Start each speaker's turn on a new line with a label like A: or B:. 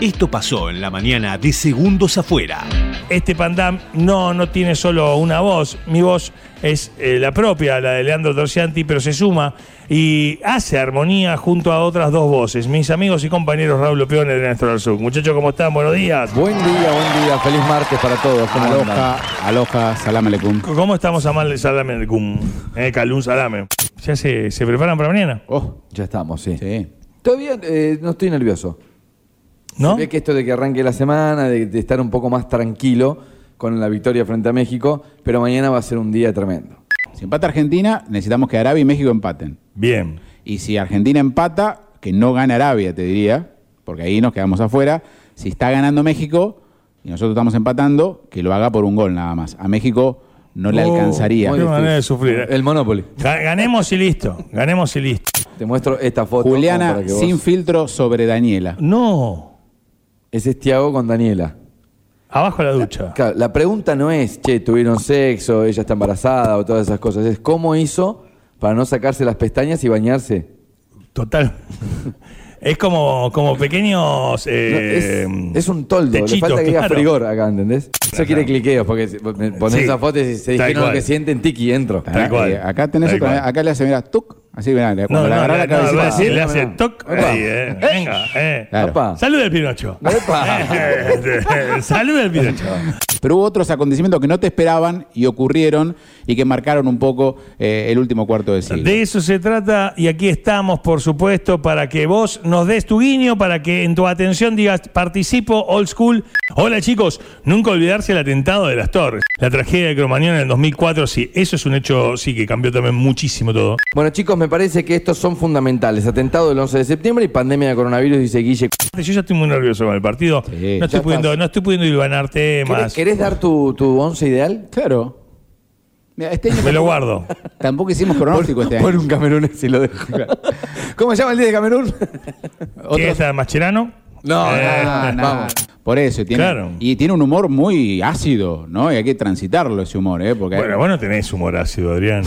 A: Esto pasó en la mañana de Segundos Afuera.
B: Este pandam no, no tiene solo una voz. Mi voz es eh, la propia, la de Leandro Torcianti, pero se suma y hace armonía junto a otras dos voces. Mis amigos y compañeros Raúl Peones de Néstor Arzú. Muchachos, ¿cómo están? Buenos días.
C: Buen día, buen día. Feliz martes para todos. ¿Cómo andan?
D: Aloha, aloha, salam aleikum.
B: ¿Cómo estamos a mal salame el cum? Eh, calum salame. ¿Ya se, se preparan para mañana?
D: Oh,
C: Ya estamos, sí.
D: sí.
C: Todavía eh, no estoy nervioso.
B: ¿No?
C: Ve que esto de que arranque la semana, de, de estar un poco más tranquilo con la victoria frente a México, pero mañana va a ser un día tremendo.
D: Si empata Argentina, necesitamos que Arabia y México empaten.
B: Bien.
D: Y si Argentina empata, que no gane Arabia, te diría, porque ahí nos quedamos afuera. Si está ganando México y nosotros estamos empatando, que lo haga por un gol nada más. A México no le
B: Oh,
D: alcanzaría.
B: Qué
C: Muy
B: manera de
C: difícil.
B: sufrir.
D: eh.
C: El Monopoly.
B: Ga- Ganemos y listo. Ganemos y listo.
C: Te muestro esta foto. como
D: Juliana
C: para que vos-
D: sin filtro sobre Daniela.
B: No.
C: Ese es Tiago con Daniela.
B: Abajo la ducha.
C: Claro, la pregunta no es, che, tuvieron sexo, ella está embarazada o todas esas cosas. Es cómo hizo para no sacarse las pestañas y bañarse.
B: Total. Es como, como pequeños.
C: No,
B: eh,
C: es, es un toldo, le
B: techitos,
C: falta que diga
B: claro.
C: frigor acá, ¿entendés? Eso quiere cliqueos, porque si- me pones
B: Sí,
C: esa foto y si se
B: tal
C: dijeron lo
B: cual.
C: que sienten, tiki, entro.
B: Tal cual.
D: eh, acá tenés
B: Tal
D: otra,
B: cual.
D: acá le hace, mira, tuk, así, mirá, cuando
B: No, no,
D: le
B: no,
D: agarrá la
B: no,
D: cabecita,
B: va a decir, le
C: no,
B: hace
C: no.
B: toc.
C: Opa.
B: ahí, eh. Venga, eh.
D: Claro.
C: Opa.
B: Salud del Pinocho.
C: Epa.
B: Salud del Pinocho.
D: Pero hubo otros acontecimientos que no te esperaban y ocurrieron y que marcaron un poco eh, el último cuarto de siglo.
B: De eso se trata y aquí estamos, por supuesto, para que vos nos des tu guiño, para que en tu atención digas, participo, old school. Hola chicos, nunca olvidarse el atentado de las torres. La tragedia de Cromañón en el 2004, sí, eso es un hecho, sí, que cambió también muchísimo todo.
C: Bueno, chicos, me parece que estos son fundamentales. Atentado del 11 de septiembre y pandemia de coronavirus, dice Guille.
B: Yo ya estoy muy nervioso con el partido.
D: Sí,
B: no, estoy
C: ya
B: pudiendo,
C: estás.
B: no estoy pudiendo hilvanar
C: ¿Querés,
B: temas.
C: querés dar tu, tu once ideal?
D: Claro. Mira, este año
B: Me lo guardo.
D: tampoco hicimos cronóstico este
C: Pon
D: año.
C: un camerún y lo dejo. ¿Cómo se llama el 10 de Camerún?
B: ¿Quién está Mascherano?
C: No,
B: Eh,
D: Ah, no.
C: Vamos.
D: Por eso, tiene,
B: Claro.
D: y tiene un humor muy ácido, ¿no? Y hay que transitarlo ese humor, ¿eh? Porque
B: Bueno, vos no tenés humor ácido, Adrián.